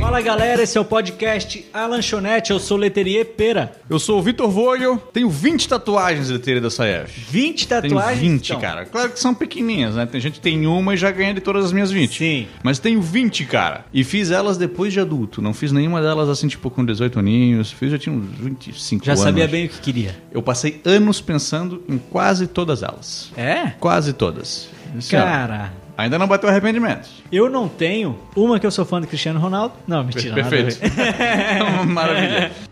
Fala galera, esse é o podcast A Lanchonete, eu sou o Leterier Pera. Eu sou o Vitor Vogel, tenho 20 tatuagens de leiteira da Saef. 20 Tenho tatuagens? 20, então. cara. Claro que são pequenininhas, né? Tem gente que tem uma e já ganha de todas as minhas 20. Sim. Mas tenho 20, cara. E fiz elas depois de adulto. Não fiz nenhuma delas assim, tipo, com 18 aninhos. Fiz, já tinha uns 25 Já anos. sabia bem o que queria. Eu passei anos pensando em quase todas elas. É? Quase todas. Assim, ó, Cara, ainda não bateu arrependimento. eu não tenho uma que eu sou fã do Cristiano Ronaldo. Não, mentira. nada a ver. Perfeito. Então, Maravilha.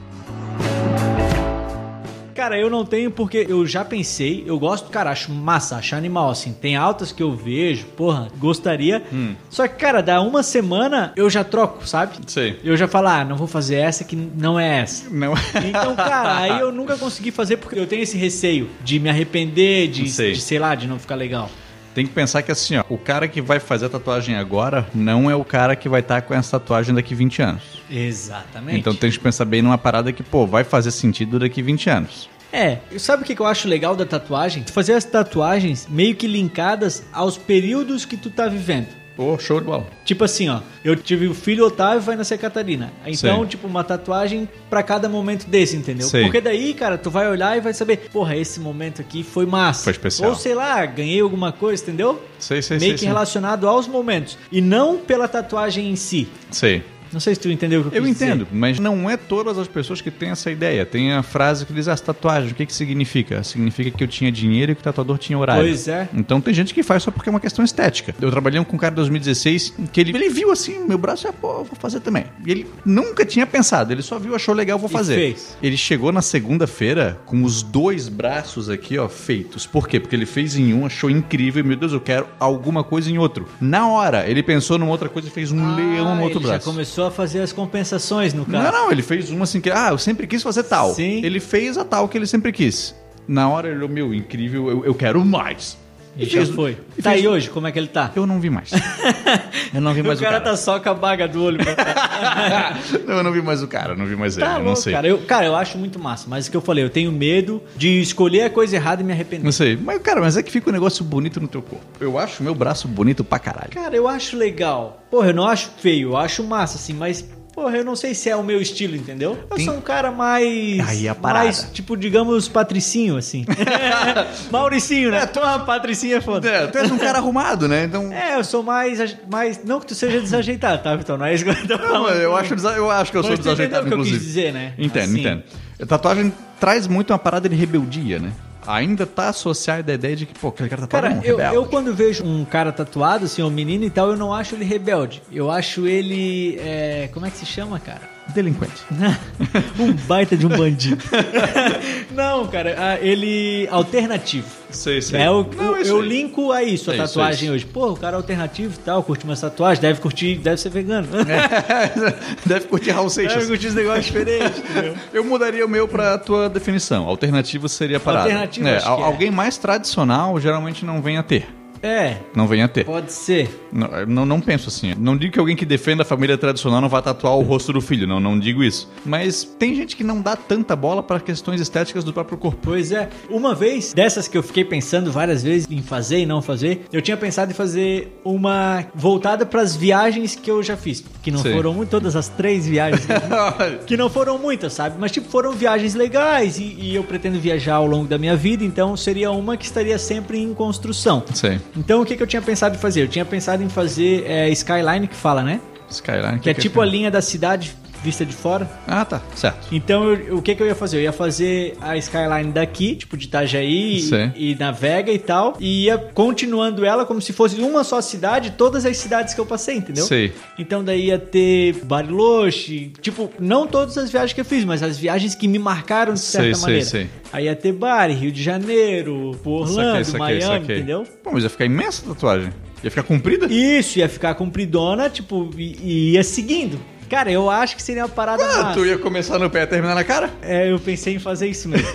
Cara, eu não tenho porque eu já pensei, eu gosto, cara, acho massa, acho animal, assim. Tem altas que eu vejo, porra, gostaria. Hum. Só que, cara, dá uma semana eu já troco, sabe? Sei. Eu já falo, ah, não vou fazer essa que não é essa. Não Então, cara, aí eu nunca consegui fazer porque eu tenho esse receio de me arrepender, de Sei. de, sei lá, de não ficar legal. Tem que pensar que assim, ó, o cara que vai fazer a tatuagem agora não é o cara que vai estar com essa tatuagem daqui 20 anos. Exatamente. Então tem que pensar bem numa parada que, pô, vai fazer sentido daqui 20 anos. É, e sabe o que que eu acho legal da tatuagem? Fazer as tatuagens meio que linkadas aos períodos que tu tá vivendo. Pô, show de bola. Tipo assim, ó, eu tive o filho Otávio vai nascer Catarina. Então, Sim. tipo, uma tatuagem pra cada momento desse, entendeu? Sim. Porque daí, cara, tu vai olhar e vai saber, porra, esse momento aqui foi massa. Foi especial. Ou sei lá, ganhei alguma coisa, entendeu? Sei, sei, Meio sei, que sei. relacionado aos momentos. E não pela tatuagem em si. Sei. Não sei se tu entendeu o que eu Eu quis entendo, dizer. mas não é todas as pessoas que têm essa ideia. Tem a frase que diz, ah, as tatuagens, o que que significa? Significa que eu tinha dinheiro e que o tatuador tinha horário. Pois é. Então tem gente que faz só porque é uma questão estética. Eu trabalhei com um cara em 2016 que ele, ele viu assim, meu braço é, pô, eu vou fazer também. E ele nunca tinha pensado, ele só viu, achou legal, vou E fazer. fez. Ele chegou na segunda-feira com os dois braços aqui, ó, feitos. Por quê? Porque ele fez em um, achou incrível, e, meu Deus, eu quero alguma coisa em outro. Na hora, ele pensou numa outra coisa e fez um leão no Ah, outro ele braço. já começou a fazer as compensações no Não, cara. não, ele fez uma assim que. Ah, eu sempre quis fazer tal. Sim. Ele fez a tal que ele sempre quis. Na hora ele olhou, meu, incrível, eu, eu quero mais. E já fez- foi. e Tá fez- aí hoje, como é que ele tá? Eu não vi mais. Eu não vi mais o cara. tá só com a baga do olho pra trás. Não, eu não vi mais o cara, não vi mais ele, Tá eu não louco, sei. Cara eu, cara, eu acho muito massa, mas o que eu falei, eu tenho medo de escolher a coisa errada e me Não arrepender. sei. Mas, cara, mas é que fica um negócio bonito no teu corpo. Eu acho meu braço bonito pra caralho. Cara, eu acho legal. Porra, eu não acho feio, eu acho massa, assim, mas. Porra, eu não sei se é o meu estilo, entendeu? Eu Tem- sou um cara mais. Aí a parada. Mais, tipo, digamos, patricinho, assim. Mauricinho, né? Toma, patricinha é foda. É, tu és um cara arrumado, né? Então. É, eu sou mais, aje- mais. Não que tu seja desajeitado, tá, Vitor? Não é isso que eu tô Não, falando. eu acho, desa- eu acho que eu sou Mas tu entendeu desajeitado, o que eu quis inclusive. dizer, né? Entendo, Assim. entendo. A tatuagem traz muito uma parada de rebeldia, né? Ainda tá associada à ideia de que, pô, aquele cara tatuado Cara, é um eu, rebelde. eu quando vejo um cara tatuado, assim, um menino e tal, eu não acho ele rebelde. Eu acho ele. é, como é que se chama, cara? Delinquente. um baita de um bandido. não, cara, ah, ele. alternativo. Sei, É o, Não, o- isso eu aí. linko a isso, a É isso, tatuagem é hoje. Pô, o cara é alternativo e tal, curte umas tatuagens, deve curtir, deve ser vegano. Deve curtir Raul deve Seixas. curtir É, esse negócio diferente, entendeu? Eu mudaria o meu pra tua definição. Alternativo seria a parada. Alternativo, é, acho al- que é. Alguém mais tradicional geralmente não vem a ter. É, Não vem a ter. pode ser. Não, eu não, não penso assim. Não digo que alguém que defenda a família tradicional não vá tatuar o rosto do filho, não, não digo isso. Mas tem gente que não dá tanta bola para questões estéticas do próprio corpo. Pois é, uma vez dessas que eu fiquei pensando várias vezes em fazer e não fazer, eu tinha pensado em fazer uma voltada para as viagens que eu já fiz, que não Sim. foram muito todas as três viagens. que eu fiz, Que não foram muitas, sabe? Mas, tipo, foram viagens legais e, e eu pretendo viajar ao longo da minha vida, então seria uma que estaria sempre em construção. Sei. Então, o que, que eu tinha pensado em fazer? Eu tinha pensado em fazer é, Skyline, que fala, né? Skyline. Que é tipo a ali. linha da cidade vista de fora. Ah, tá. Certo. Então, eu- o que, que eu ia fazer? Eu ia fazer a skyline daqui, tipo de Itajaí Sim. e, e navega e tal, e ia continuando ela como se fosse uma só cidade, todas as cidades que eu passei, entendeu? Sei. Então, daí ia ter Bariloche, tipo, não todas as viagens que eu fiz, mas as viagens que me marcaram de certa Sei, sei, maneira. sei. Aí ia ter Bari, Rio de Janeiro, Orlando, Miami, entendeu? Pô, mas ia ficar imensa a tatuagem. Ia ficar comprida? Isso, ia ficar compridona, tipo, e, e ia seguindo. Cara, eu acho que seria uma parada Ah, massa. tu ia começar no pé e terminar na cara? É, eu pensei em fazer isso mesmo.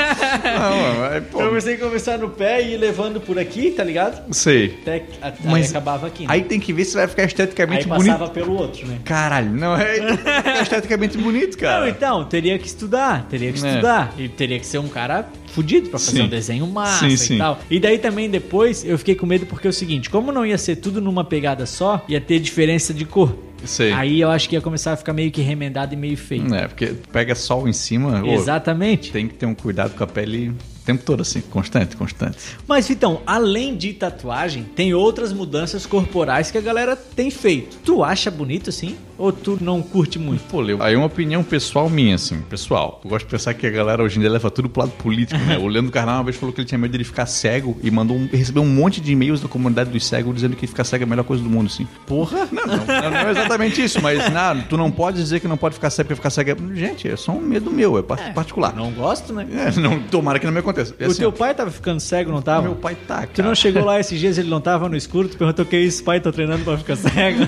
Não, é, pô, eu comecei a começar no pé e ir levando por aqui, tá ligado? sei. Até que até Mas acabava aqui. né? Aí tem que ver se vai ficar esteticamente Aí bonito. passava pelo outro, né? Caralho, não é é esteticamente bonito, Não, cara. então, teria que estudar, teria que É. estudar. E teria que ser um cara fudido pra fazer Sim. um desenho massa Sim, e sim. tal. E daí também depois eu fiquei com medo porque é o seguinte, como não ia ser tudo numa pegada só, ia ter diferença de cor. Sei. Aí eu acho que ia começar a ficar meio que remendado e meio feio. É, porque pega sol em cima. ô, Exatamente. é, Tem que ter um cuidado com a pele o tempo todo, assim, constante, constante. Mas Vitão, além de tatuagem, tem outras mudanças corporais que a galera tem feito. Tu acha bonito assim? Ou tu não curte muito? Pô, Leo, aí é uma opinião pessoal minha, assim, pessoal. Eu gosto de pensar que a galera hoje em dia leva tudo pro lado político, né? o Leandro Carnal uma vez falou que ele tinha medo de ele ficar cego e mandou um, recebeu um monte de e-mails da comunidade dos cegos dizendo que ficar cego é a melhor coisa do mundo, assim. Porra! Não, não, não é exatamente isso, mas não, tu não pode dizer que não pode ficar cego porque ficar cego é... Gente, é só um medo meu, é par- particular. Não gosto, né? É, não, tomara que não me aconteça. É o assim, teu ó, pai tava ficando cego, não tava? meu pai tá, Tu não cara. chegou lá esses dias, ele não tava no escuro, tu perguntou que isso, pai, tô treinando pra ficar cego.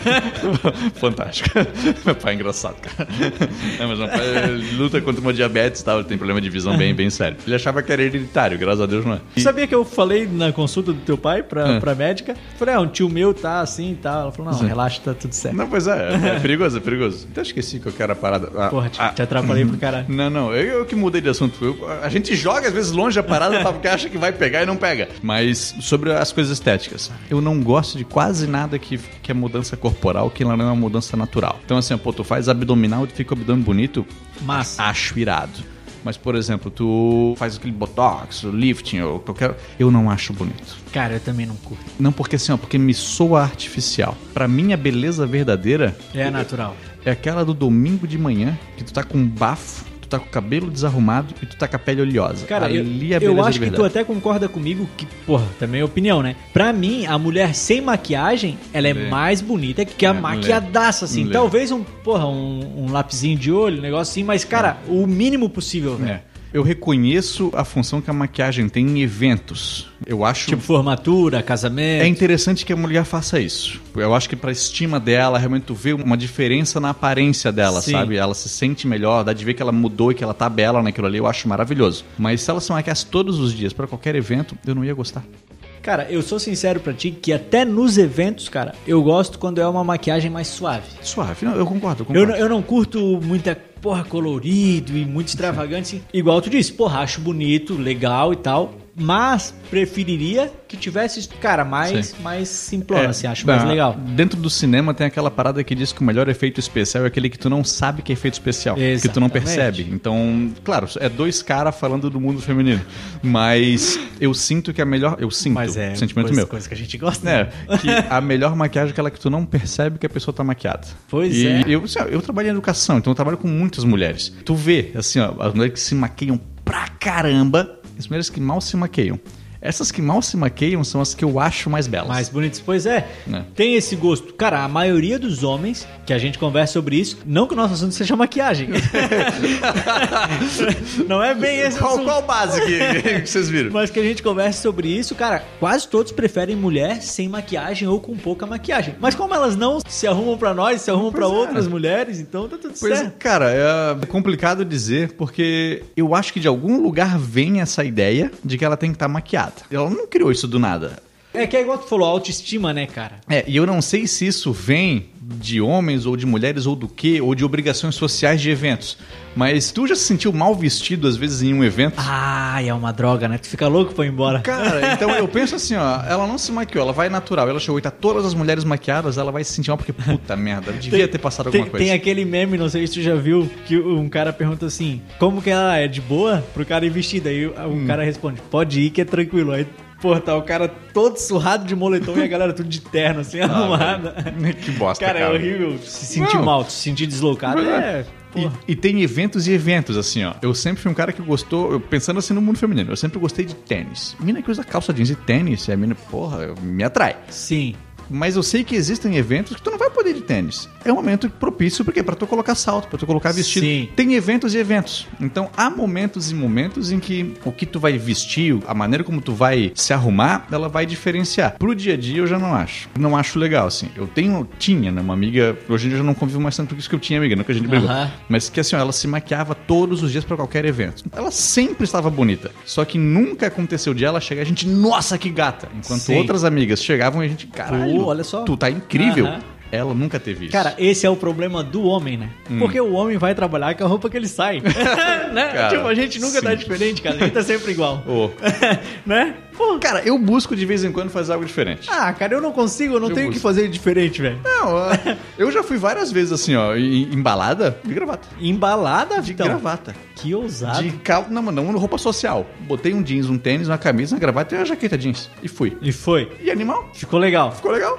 Fantástico. Meu pai é engraçado, cara. Não, mas meu pai ele luta contra uma diabetes e tal, ele tem problema de visão bem, bem sério. Ele achava que era hereditário, graças a Deus não é. E- Sabia que eu falei na consulta do teu pai pra, Ah. pra médica? Falei, ah, um tio meu tá assim e tal. Ela falou, não, Sim. relaxa, tá tudo certo. Não, pois é, é perigoso, é perigoso. Até esqueci que eu quero a parada. Ah, Porra, te, ah, te atrapalhei pro caralho. Não, não, eu, eu que mudei de assunto. Eu- a gente joga às vezes longe a parada tá, porque acha que vai pegar e não pega. Mas sobre as coisas estéticas, eu não gosto de quase nada que, que é mudança corporal, que não é uma mudança natural. Então, assim, pô, tu faz abdominal e tu fica o abdômen bonito, Massa. acho irado. Mas, por exemplo, tu faz aquele botox, lifting ou qualquer. Eu não acho bonito. Cara, eu também não curto. Não porque assim, ó, porque me soa artificial. Pra mim, a beleza verdadeira É natural. é aquela do domingo de manhã, que tu tá com bafo, tu tá com o cabelo desarrumado e tu tá com a pele oleosa. Cara, eu, Ali é a beleza eu acho de que tu verdade. até concorda comigo que, porra, também é opinião, né? Pra mim, a mulher sem maquiagem, ela é, Mulher. mais bonita que a É, mulher. maquiadaça, assim. Mulher. Talvez um, porra, um, um lapisinho de olho, um negócio assim, mas, cara, o mínimo possível, velho. É. Eu reconheço a função que a maquiagem tem em eventos. Eu acho. Tipo formatura, casamento. É interessante que a mulher faça isso. Eu acho que pra estima dela, realmente tu vê uma diferença na aparência dela, Sim. sabe? Ela se sente melhor, dá de ver que ela mudou e que ela tá bela naquilo ali, eu acho maravilhoso. Mas se ela se maquiasse todos os dias pra qualquer evento, eu não ia gostar. Cara, eu sou sincero pra ti que até nos eventos, cara, eu gosto quando é uma maquiagem mais suave. Suave, não, eu concordo, eu Eu, concordo. não- eu não curto muita porra colorido e muito extravagante, assim. Igual tu disse, porra, acho bonito, legal e tal. Mas preferiria que tivesse, cara, mais, mais simplona, assim, acho mais na- legal. É, tá. Dentro do cinema tem aquela parada que diz que o melhor efeito especial é aquele que tu não sabe que é efeito especial, que tu não Exatamente. percebe. Então, claro, é dois caras falando do mundo feminino, mas eu sinto que a melhor, eu sinto, sentimento é coisa, meu. coisa que a gente gosta. né? É, que a melhor maquiagem é aquela que tu não percebe que a pessoa tá maquiada. Pois E é. Eu, assim, ó, eu trabalho em educação, então eu trabalho com muitas mulheres. Tu vê, assim, ó, as mulheres que se maquiam pra caramba, as mulheres que mal se maquiam. Essas que mal se maquiam são as que eu acho mais belas. Mais bonitos, pois é. É. Tem esse gosto. Cara, a maioria dos homens que a gente conversa sobre isso, não que o nosso assunto seja maquiagem. não é bem esse o Qual, assunto. qual base que, que vocês viram? Mas que a gente converse sobre isso, cara, quase todos preferem mulher sem maquiagem ou com pouca maquiagem. Mas como elas não se arrumam pra nós, se arrumam pra Pois é. outras mulheres, então tá tudo Pois é, certo. cara, é complicado dizer, porque eu acho que de algum lugar vem essa ideia de que ela tem que estar maquiada. Ela não criou isso do nada. É que é igual tu falou, autoestima, né, cara? É, e eu não sei se isso vem de homens ou de mulheres ou do que, ou de obrigações sociais de eventos. Mas tu já se sentiu mal vestido às vezes em um evento? Ai, é uma droga, né? Tu fica louco pra ir embora. Cara, então eu penso assim, ó, ela não se maquiou, ela vai natural, ela chegou e tá todas as mulheres maquiadas, ela vai se sentir mal porque, puta merda, eu devia ter passado alguma Tem, coisa. tem aquele meme, não sei se tu já viu, que um cara pergunta assim, como que ela é de boa pro cara ir vestida? Aí o Hum. o cara responde, pode ir que é tranquilo. Aí, pô, tá o cara todo surrado de moletom e a galera tudo de terno, assim, arrumada. Que Ah, bosta, Cara, cara. é horrível se sentir Não. mal, se sentir deslocado. É, E, porra. e tem eventos e eventos, assim, ó. Eu sempre fui um cara que gostou, eu- pensando assim no mundo feminino, eu sempre gostei de tênis. Mina que usa calça jeans e tênis, é a mina, porra, me atrai. Sim. Mas eu sei que existem eventos que tu não vai poder ir de tênis. É um momento propício, porque para tu colocar salto, para tu colocar vestido. Sim. Tem eventos e eventos. Então há momentos e momentos em que o que tu vai vestir, a maneira como tu vai se arrumar, ela vai diferenciar. Pro dia a dia eu já não acho. Não acho legal, assim. Eu tenho, tinha, né, uma amiga, hoje em dia eu já não convivo mais tanto com isso que eu tinha amiga, não que a gente brigou. Aham. Mas que assim, ó, ela se maquiava todos os dias pra qualquer evento. Ela sempre estava bonita. Só que nunca aconteceu de ela chegar e a gente, nossa, que gata! Enquanto Sim. outras amigas chegavam e a gente, caralho, Pô, olha só." tu tá incrível. Aham. Ela nunca teve isso. Hum. Cara, esse é o problema do homem, né? Porque o homem vai trabalhar com a roupa que ele sai. né? Cara, tipo, a gente nunca tá sim. diferente, cara. A gente tá sempre igual. Ô. né? Pô, Cara, eu busco de vez em quando fazer algo diferente. ah, cara, eu não consigo, eu não Eu tenho o que busco. fazer diferente, velho. Não, ó, eu já fui várias vezes assim, ó, em, em balada de gravata. Embalada, De Vitão. gravata. Que ousado. De cal... Não, mas não roupa social. Botei um jeans, um tênis, uma camisa, uma gravata e uma jaqueta jeans. E fui. E foi. E animal? Ficou legal. Ficou legal.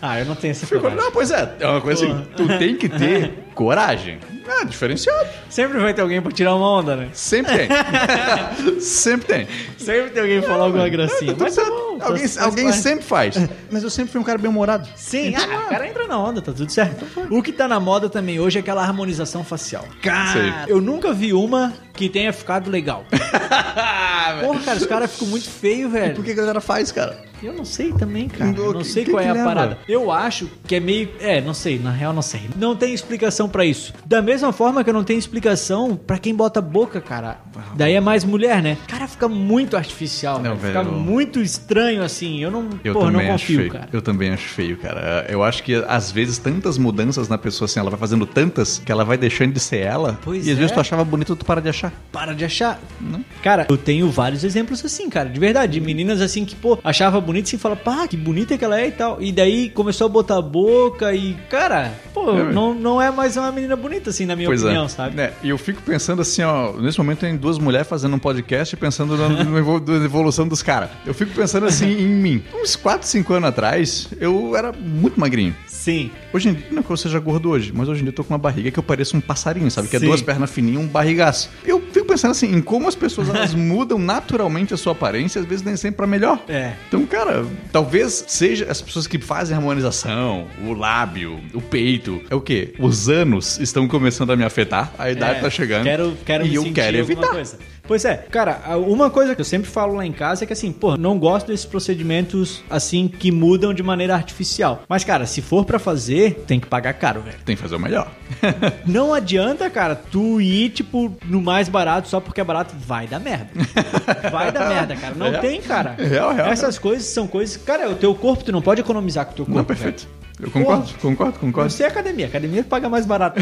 Ah, eu não tenho essa Ficou... coragem. Não, pois é. É uma coisa assim, tu tem que ter coragem. É, diferenciado. Sempre vai ter alguém pra tirar uma onda, né? Sempre tem. sempre tem. Sempre tem alguém pra falar alguma gracinha. É, tá Mas tudo tá certo. bom, tá- alguém faz alguém parte. sempre faz. Mas eu sempre fui um cara bem-humorado. Sim, ah, o cara entra na onda, tá tudo certo. O que tá na moda também hoje é aquela harmonização facial. Cara, Sei. eu nunca vi uma que tenha ficado legal. Ah, Porra, cara, os caras ficam muito feios, velho. Por que que a galera faz, cara? Eu não sei também, cara. Do- Eu não que- sei que qual que é a leva? parada. Eu acho que é meio. É, não sei. Na real, não sei. Não tem explicação pra isso. Da mesma forma que eu não tenho explicação pra quem bota a boca, cara. Daí é mais mulher, né? Cara, fica muito artificial. Não, velho. Fica velho. muito estranho assim. Eu não. Eu porra, também não acho confio, feio. cara. Eu também acho feio, cara. Eu acho que às vezes tantas mudanças na pessoa assim, ela vai fazendo tantas que ela vai deixando de ser ela. Pois e às é. vezes tu achava bonito, tu para de achar. Para de achar. Cara, eu tenho vários exemplos assim, cara, de verdade. De Uhum. meninas assim que, pô, achava bonita assim, fala, pá, que bonita que ela é e tal. E daí começou a botar a boca e, cara, pô, É, não, não é mais uma menina bonita assim, na minha opinião, sabe? Né, E eu fico pensando assim, ó, nesse momento tem duas mulheres fazendo um podcast e pensando na, na evol- na evolução dos caras. Eu fico pensando assim em mim. Uns 4, 5 anos atrás, eu era muito magrinho. Sim. Hoje em dia, não é que eu seja gordo hoje, mas hoje em dia eu tô com uma barriga que eu pareço um passarinho, sabe? Que é Sim. duas pernas fininhas e um barrigaço. Eu fico pensando assim, em como as pessoas elas mudam naturalmente a sua aparência, às vezes nem sempre pra melhor. É. Então, cara, talvez seja as pessoas que fazem a harmonização, o lábio, o peito. É o quê? Os anos estão começando a me afetar, a idade É, tá chegando. Quero, quero e me eu sentir quero alguma evitar. Coisa. Pois é, cara, a- uma coisa que eu sempre falo lá em casa é que assim, pô, não gosto desses procedimentos assim que mudam de maneira artificial. Mas, cara, se for pra fazer, tem que pagar caro, velho. Tem que fazer o melhor. Não adianta, cara, tu ir, tipo, no mais barato só porque é barato. Vai dar merda. Vai dar merda, cara. Não É. tem, cara. É real, é real. Essas coisas são coisas. Cara, o teu corpo, tu não pode economizar com o teu corpo. não, perfeito. Eu concordo, concordo, Velho. concordo. Você é academia. Academia paga mais barato.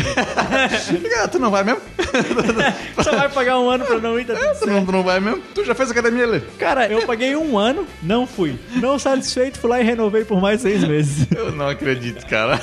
Ah, tu não vai mesmo? Só vai pagar um ano pra não ir, tá tudo É, tu, não, tu não vai mesmo? Tu já fez academia, Lê? Cara, eu paguei um ano, não fui. Não satisfeito, fui lá e renovei por mais seis meses. Eu não acredito, cara.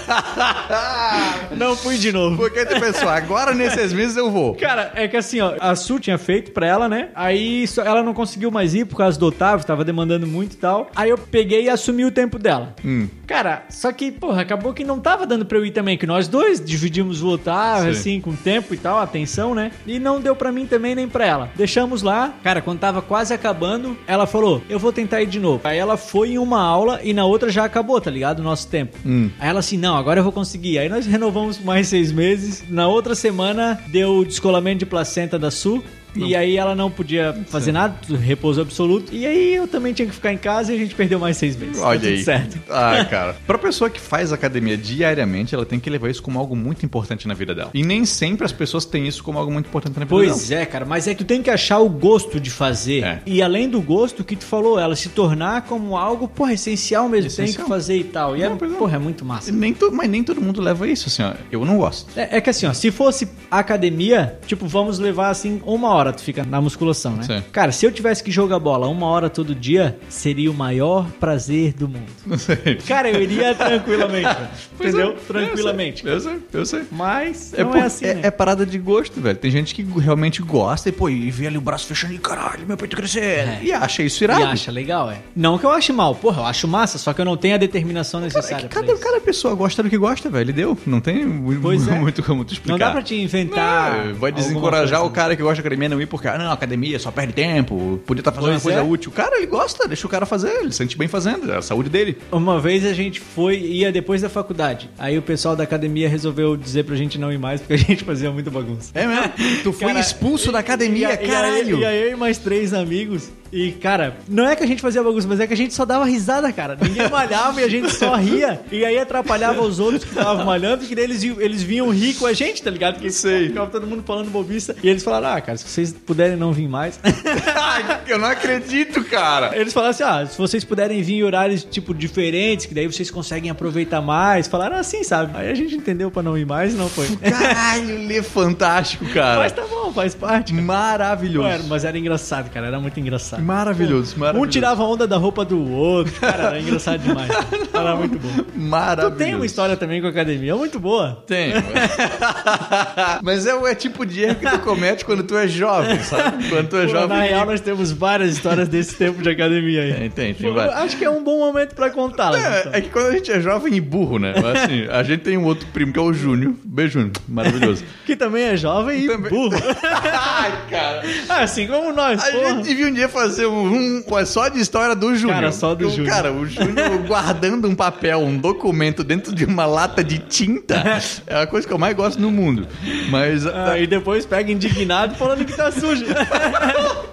Não fui de novo. Porque tu pensou, agora nesses meses eu vou. Cara, é que assim, ó, a Su tinha feito pra ela, né? Aí só- ela não conseguiu mais ir por causa do Otávio, tava demandando muito e tal. Aí eu peguei e assumi o tempo dela. Hum. Cara, só que, porra, acabou que não tava dando pra eu ir também, que nós dois dividimos o Otávio, Sim. assim, com o tempo e tal, a atenção, né? E não deu pra mim também nem pra ela. Deixamos lá, cara, quando tava quase acabando, ela falou, eu vou tentar ir de novo. Aí ela foi em uma aula e na outra já acabou, tá ligado? O nosso tempo. Hum. Aí ela assim, não, agora eu vou conseguir. Aí nós renovamos por mais seis meses. Na outra semana, deu o descolamento de placenta da Su. E aí ela não podia fazer nada, repouso absoluto. E aí eu também tinha que ficar em casa e a gente perdeu mais seis meses. Tá Olha tudo aí. certo. Ah, cara. Pra pessoa que faz academia diariamente, ela tem que levar isso como algo muito importante na vida dela. E nem sempre as pessoas têm isso como algo muito importante na vida dela. Pois é, cara, mas é que tu tem que achar o gosto de fazer. É. E além do gosto, o que tu falou, ela se tornar como algo, porra, essencial mesmo, tem Essencial. que fazer e tal. E é, Não, pois é. porra, é muito massa. Nem to- mas nem todo mundo leva isso, assim, ó. Eu não gosto. É, é que assim, ó, se fosse academia, tipo, vamos levar assim, uma hora tu fica na musculação, né? Sim. Cara, se eu tivesse que jogar bola uma hora todo dia, seria o maior prazer do mundo. Não sei. Cara, eu iria tranquilamente, Pois entendeu? é, Tranquilamente. Eu sei, eu sei. eu sei. Mas É, não por- é assim, é- né? é parada de gosto, velho. Tem gente que realmente gosta e, pô, e vê ali o braço fechando e caralho, meu peito crescendo. E acha isso irado. É. E acha legal, é. Não que eu ache mal, porra, eu acho massa, só que eu não tenho a determinação Cara, necessária é que pra cada, isso. cada pessoa gosta do que gosta, velho. Deu. Não tem mu- Pois é. muito como tu explicar. Não dá pra te inventar É, vai alguma desencorajar coisa, o cara que gosta de academia também não ir por cara, não, academia só perde tempo, podia estar fazendo Pois uma coisa é. útil. Cara, ele gosta, deixa o cara fazer, ele se sente bem fazendo, é a saúde dele. Uma vez a gente foi, ia depois da faculdade. Aí o pessoal da academia resolveu dizer pra gente não ir mais, porque a gente fazia muita bagunça. É mesmo? Tu foi Cara, expulso da academia, e, caralho! E aí eu e mais três amigos. E, cara, não é que a gente fazia bagunça, mas é que a gente só dava risada, cara. Ninguém malhava e a gente só ria. E aí atrapalhava os outros que estavam malhando, que daí eles, iam- eles vinham rir com a gente, tá ligado? Porque Sei. ficava todo mundo falando bobista. E eles falaram, ah, cara, se vocês puderem não vir mais. Ai, eu não acredito, cara! Eles falaram assim: ah, se vocês puderem vir em horários tipo diferentes, que daí vocês conseguem aproveitar mais. Falaram assim, sabe? Aí a gente entendeu pra não ir mais, não foi. Caralho, ele é fantástico, cara! Mas tá bom, faz parte. cara. Maravilhoso. Era, mas era engraçado, cara. Era muito engraçado. Maravilhoso, maravilhoso. Um tirava onda da roupa do outro. Cara, era engraçado demais. Era muito bom. Tu Maravilhoso. tem uma história também com a academia, É muito boa. Tenho. Mas é o é tipo de erro que tu comete quando tu é jovem, sabe? Quando tu é Pô, jovem. na real, nós temos várias histórias desse tempo de academia aí. Tem, tem, tem Pô, várias. Acho que é um bom momento pra contá-las. então. É, é que quando a gente é jovem e burro, né? Assim, a gente tem um outro primo que é o Júnior. Beijo, Júnior. Maravilhoso. Que também é jovem e Também- burro. Ai, cara. Assim como nós, A porra. gente devia um dia fazer um, um só de história do Júnior. Cara, só do O- Júnior. Cara, o Júnior guardando um papel, um documento dentro de uma lata de tinta é a coisa que eu mais gosto no mundo. Mas a- Aí Ah, depois pega indignado falando que tá sujo.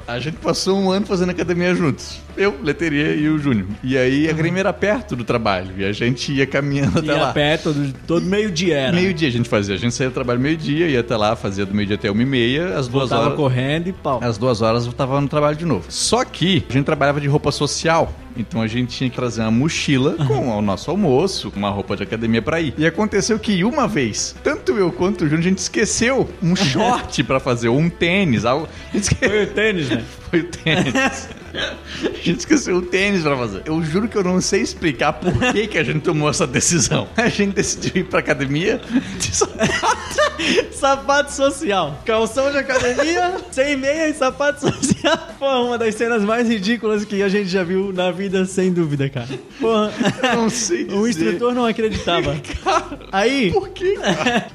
A gente passou um ano fazendo academia juntos. Eu, leteria e o Júnior. E aí a academia era perto do trabalho. E a gente ia caminhando até lá. Ia pé todo, todo meio-dia era. Meio-dia a gente fazia. A gente saía do trabalho meio-dia, ia até lá, fazia do meio-dia até uma e meia, às duas Tava horas. correndo e pau. Às duas horas eu tava no trabalho de novo. Só que a gente trabalhava de roupa social. Então a gente tinha que trazer uma mochila com o nosso almoço, com uma roupa de academia pra ir. E aconteceu que uma vez, tanto eu quanto o Júnior, a gente esqueceu um short pra fazer, ou um tênis, algo. A gente esque- Foi o tênis, né? foi o tênis. A gente esqueceu o tênis pra fazer. Eu juro que eu não sei explicar por que, que a gente tomou essa decisão. A gente decidiu ir pra academia de sapato. Sapato social. Calção de academia, sem meia e sapato social. Porra, uma das cenas mais ridículas que a gente já viu na vida, sem dúvida, cara. Porra, Eu não sei dizer. É, o instrutor não acreditava. Aí, Por que?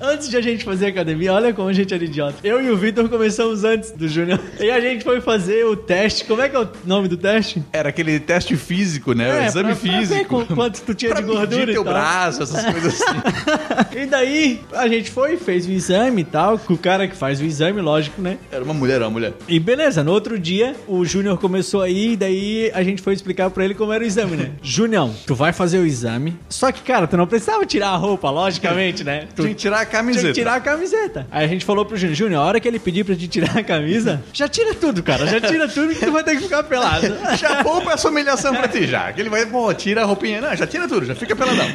antes de a gente fazer academia, olha como a gente era idiota. Eu e o Vitor começamos antes do Júnior. E a gente foi fazer o teste. Como é que é o nome do teste? Era aquele teste físico, né? o exame É, pra- pra ver físico. com quanto tu tinha Pra de medir gordura e teu tal. braço, essas coisas assim. E daí a gente foi, fez o exame e tal, com o cara que faz o exame, lógico, né? Era uma mulher, era uma mulher. E beleza, no outro dia o Júnior começou aí, e daí a gente foi explicar pra ele como era o exame, né? Junião, tu vai fazer o exame. Só que, cara, tu não precisava tirar a roupa, logicamente, né? Tu Tinha que tirar a tinha camiseta. que tirar a camiseta. Aí a gente falou pro Júnior, Júnior, a hora que ele pedir pra te tirar a camisa, já tira tudo, cara. Já tira tudo que tu vai ter que ficar pelado. Já poupa essa humilhação pra ti, já. Que ele vai, pô, tira a roupinha. Não, já tira tudo, já fica peladão.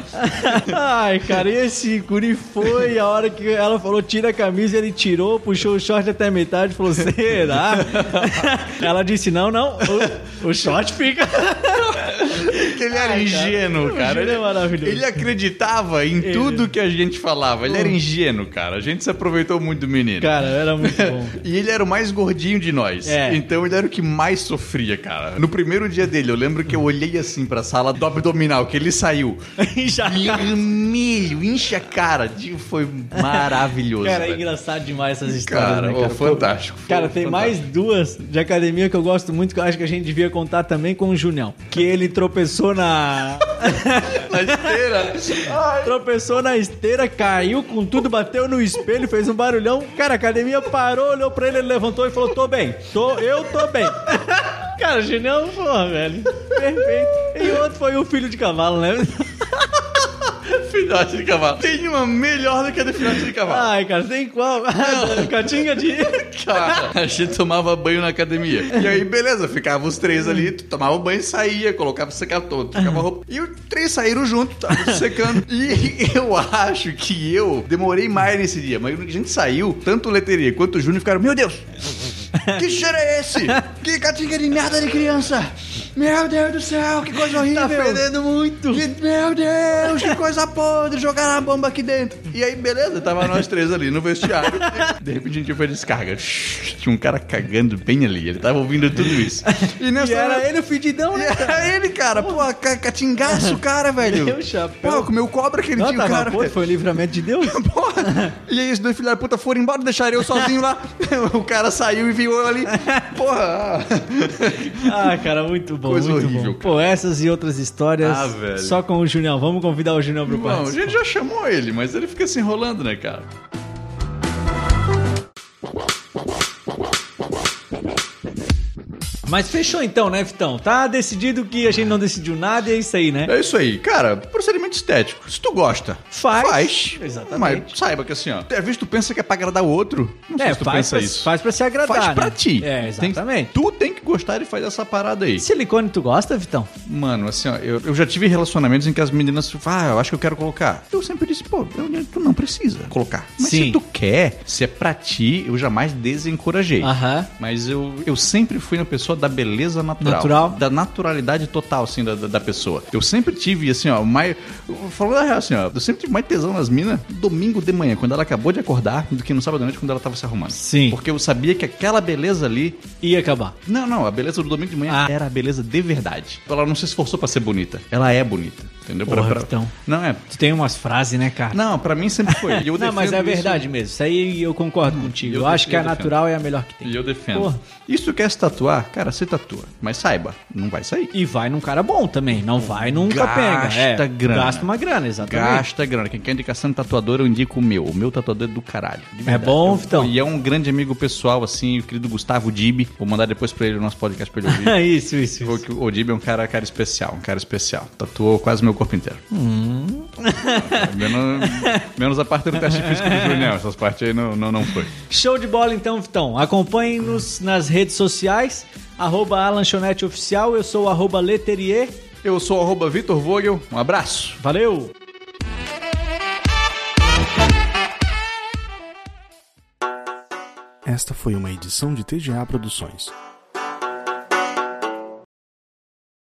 Ai, cara, e esse guri foi a hora que ela falou tira a camisa, ele tirou, puxou o short até a metade, falou será? ela disse não, não, o, o short fica. Que ele era Ai, cara. ingênuo, O cara. Júlio é maravilhoso. Ele acreditava em tudo que a gente falava. Ele era ingênuo, cara. A gente se aproveitou muito do menino. Uhum. Cara, era muito bom. E ele era o mais gordinho de nós. É. Então ele era o que mais sofria, cara. No primeiro dia dele, eu lembro que eu olhei assim pra sala do abdominal, que ele saiu. Vermelho, incha a cara. De- Foi maravilhoso. Cara, é velho. engraçado demais essas histórias, Cara, né, ô, cara? fantástico. Cara, Pô, tem fantástico. mais duas de academia que eu gosto muito, que eu acho que a gente devia contar também com o Junião. Que ele tropeçou na. Na esteira. Ai, Tropeçou na esteira, caiu com tudo, bateu no espelho, fez um barulhão. Cara, a academia parou, olhou pra ele, ele levantou e falou: tô bem, tô, eu tô bem. Cara, Julião, porra, velho. Perfeito. E o outro foi o filho de cavalo, né? filhote de cavalo. Tem uma melhor do que a do filhote de cavalo. Ai, cara, tem qual? Catinga de. Cara, a gente tomava banho na academia. E aí, beleza, ficava os três ali, tu tomava banho e saía, colocava, secava todo, trocava roupa. E os três saíram junto, tava secando. E eu acho que eu demorei mais nesse dia, mas a gente saiu, tanto o Leteria quanto o Júnior ficaram, meu Deus, que cheiro é esse? Que catinga de merda de criança! Meu Deus do céu, que coisa horrível! Tá fedendo muito. Que- Meu Deus, que coisa podre, jogaram a bomba aqui dentro. E aí, beleza, tava nós três ali no vestiário. De repente a gente foi descarga. Tinha um cara cagando bem ali, ele tava ouvindo tudo isso. E nessa E era hora- ele o fedidão, E né? era ele, cara. Pô, ca- catingaço, cara, velho. Meu chapéu. Pô, comeu cobra aquele Não, dia, o tava cara. podre, foi um livramento de Deus. Porra, E aí, os dois filhos da puta foram embora, deixaram eu sozinho lá. o cara saiu e viu eu ali. Porra! Ah, cara, muito bom, Coisa muito horrível, bom. Pô, essas e outras histórias Ah, velho. só com o Junião. Vamos convidar o Junião pro Bom, a quarto. gente já chamou ele, mas ele fica se enrolando, né, cara? Mas fechou então, né, Vitão? Tá decidido que a gente não decidiu nada e é isso aí, né? É isso aí. Cara, procedimento estético. Se tu gosta, Faz. Faz. Exatamente. Mas saiba que assim, ó. Às vezes tu pensa que é pra agradar o outro. Não sei É, se tu faz pensa pra, isso. faz pra se agradar. Faz pra né? ti. É, Tem- exatamente. tu tem que gostar e fazer essa parada aí. Silicone tu gosta, Vitão? Mano, assim, ó, eu, eu já tive relacionamentos em que as meninas falam, ah, eu acho que eu quero colocar. Eu sempre disse, pô, eu- tu não precisa colocar. Mas Sim. se tu quer, se é pra ti, eu jamais desencorajei. Aham. Mas eu, eu sempre fui uma pessoa da beleza natural. Natural. Da naturalidade total, assim, da, da, da pessoa. Eu sempre tive, assim, ó, mais. Falando a real, assim, ó, eu sempre tive mais tesão nas minas domingo de manhã, quando ela acabou de acordar, do que no sábado à noite, quando ela tava se arrumando. Sim. Porque eu sabia que aquela beleza ali Ia acabar. não, não, a beleza do domingo de manhã Ah. era a beleza de verdade. Ela não se esforçou pra ser bonita. Ela é bonita, entendeu? Pra- Porra, então. pra- Vitão. Não é. Tu tem umas frases, né, cara? Não, pra mim sempre foi. E eu Não, mas é defendo isso- Hum, verdade mesmo. Isso aí eu concordo contigo. Eu, eu acho defendo, que a eu defendo. natural é a melhor que tem. E eu defendo. Porra. E se tu quer se tatuar, cara, se tatua. Mas saiba, não vai sair. E vai num cara bom também. Não vai num capenga. Gasta é. grana. Gasta uma grana, exatamente. Gasta grana. Quem quer indicação de tatuador, eu indico o meu. O meu tatuador é do caralho. de É verdade. bom, Eu- Vitão? E é um grande amigo pessoal, assim, o querido Gustavo Dibi. Vou mandar depois pra ele o nosso podcast pra ele ouvir. isso, isso, Pô, isso. que O Odib é um cara, cara especial, um cara especial. Tatuou quase meu corpo inteiro. Hum. menos, menos a parte do teste físico do Julião. Essas partes aí não, não, não foi. Show de bola então, Vitão. Acompanhe-nos nas redes sociais. Arroba a lanchonete oficial. Eu sou o arroba leterier. Eu sou o arroba Vitor Vogel. Um abraço. Valeu! Esta foi uma edição de TGA Produções.